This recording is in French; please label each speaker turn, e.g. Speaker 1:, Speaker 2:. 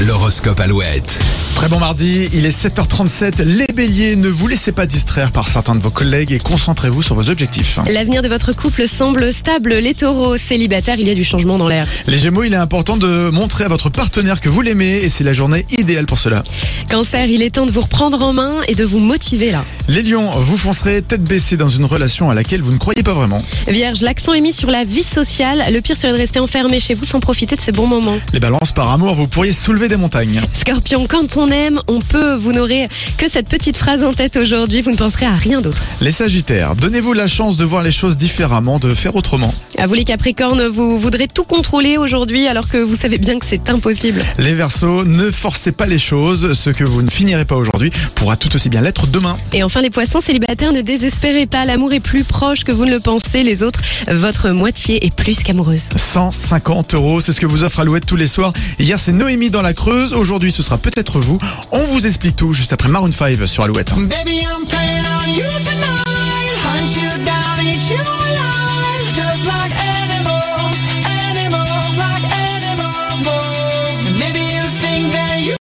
Speaker 1: L'horoscope Alouette.
Speaker 2: Très bon mardi, il est 7h37. Les béliers, ne vous laissez pas distraire par certains de vos collègues et concentrez-vous sur vos objectifs.
Speaker 3: L'avenir de votre couple semble stable. Les taureaux célibataires, il y a du changement dans l'air.
Speaker 2: Les gémeaux, il est important de montrer à votre partenaire que vous l'aimez et c'est la journée idéale pour cela.
Speaker 3: Cancer, il est temps de vous reprendre en main et de vous motiver là.
Speaker 2: Les lions, vous foncerez tête baissée dans une relation à laquelle vous ne croyez pas vraiment.
Speaker 3: Vierge, l'accent est mis sur la vie sociale. Le pire serait de rester enfermé chez vous sans profiter de ces bons moments.
Speaker 2: Les balances, par amour, vous pourriez soulever des montagnes.
Speaker 3: Scorpion, quand on aime, on peut. Vous n'aurez que cette petite phrase en tête aujourd'hui. Vous ne penserez à rien d'autre.
Speaker 2: Les sagittaires, donnez-vous la chance de voir les choses différemment, de faire autrement.
Speaker 3: À vous les capricornes, vous voudrez tout contrôler aujourd'hui alors que vous savez bien que c'est impossible.
Speaker 2: Les versos, ne forcez pas les choses. Ce que vous ne finirez pas aujourd'hui pourra tout aussi bien l'être demain.
Speaker 3: Et enfin, les poissons célibataires, ne désespérez pas. L'amour est plus proche que vous ne le pensez. Les autres, votre moitié est plus qu'amoureuse.
Speaker 2: 150 euros, c'est ce que vous offre Alouette tous les soirs. Hier, c'est Noémie dans la Creuse. Aujourd'hui, ce sera peut-être vous. On vous explique tout juste après Maroon 5 sur Alouette.
Speaker 4: Baby, I'm playing on you tonight.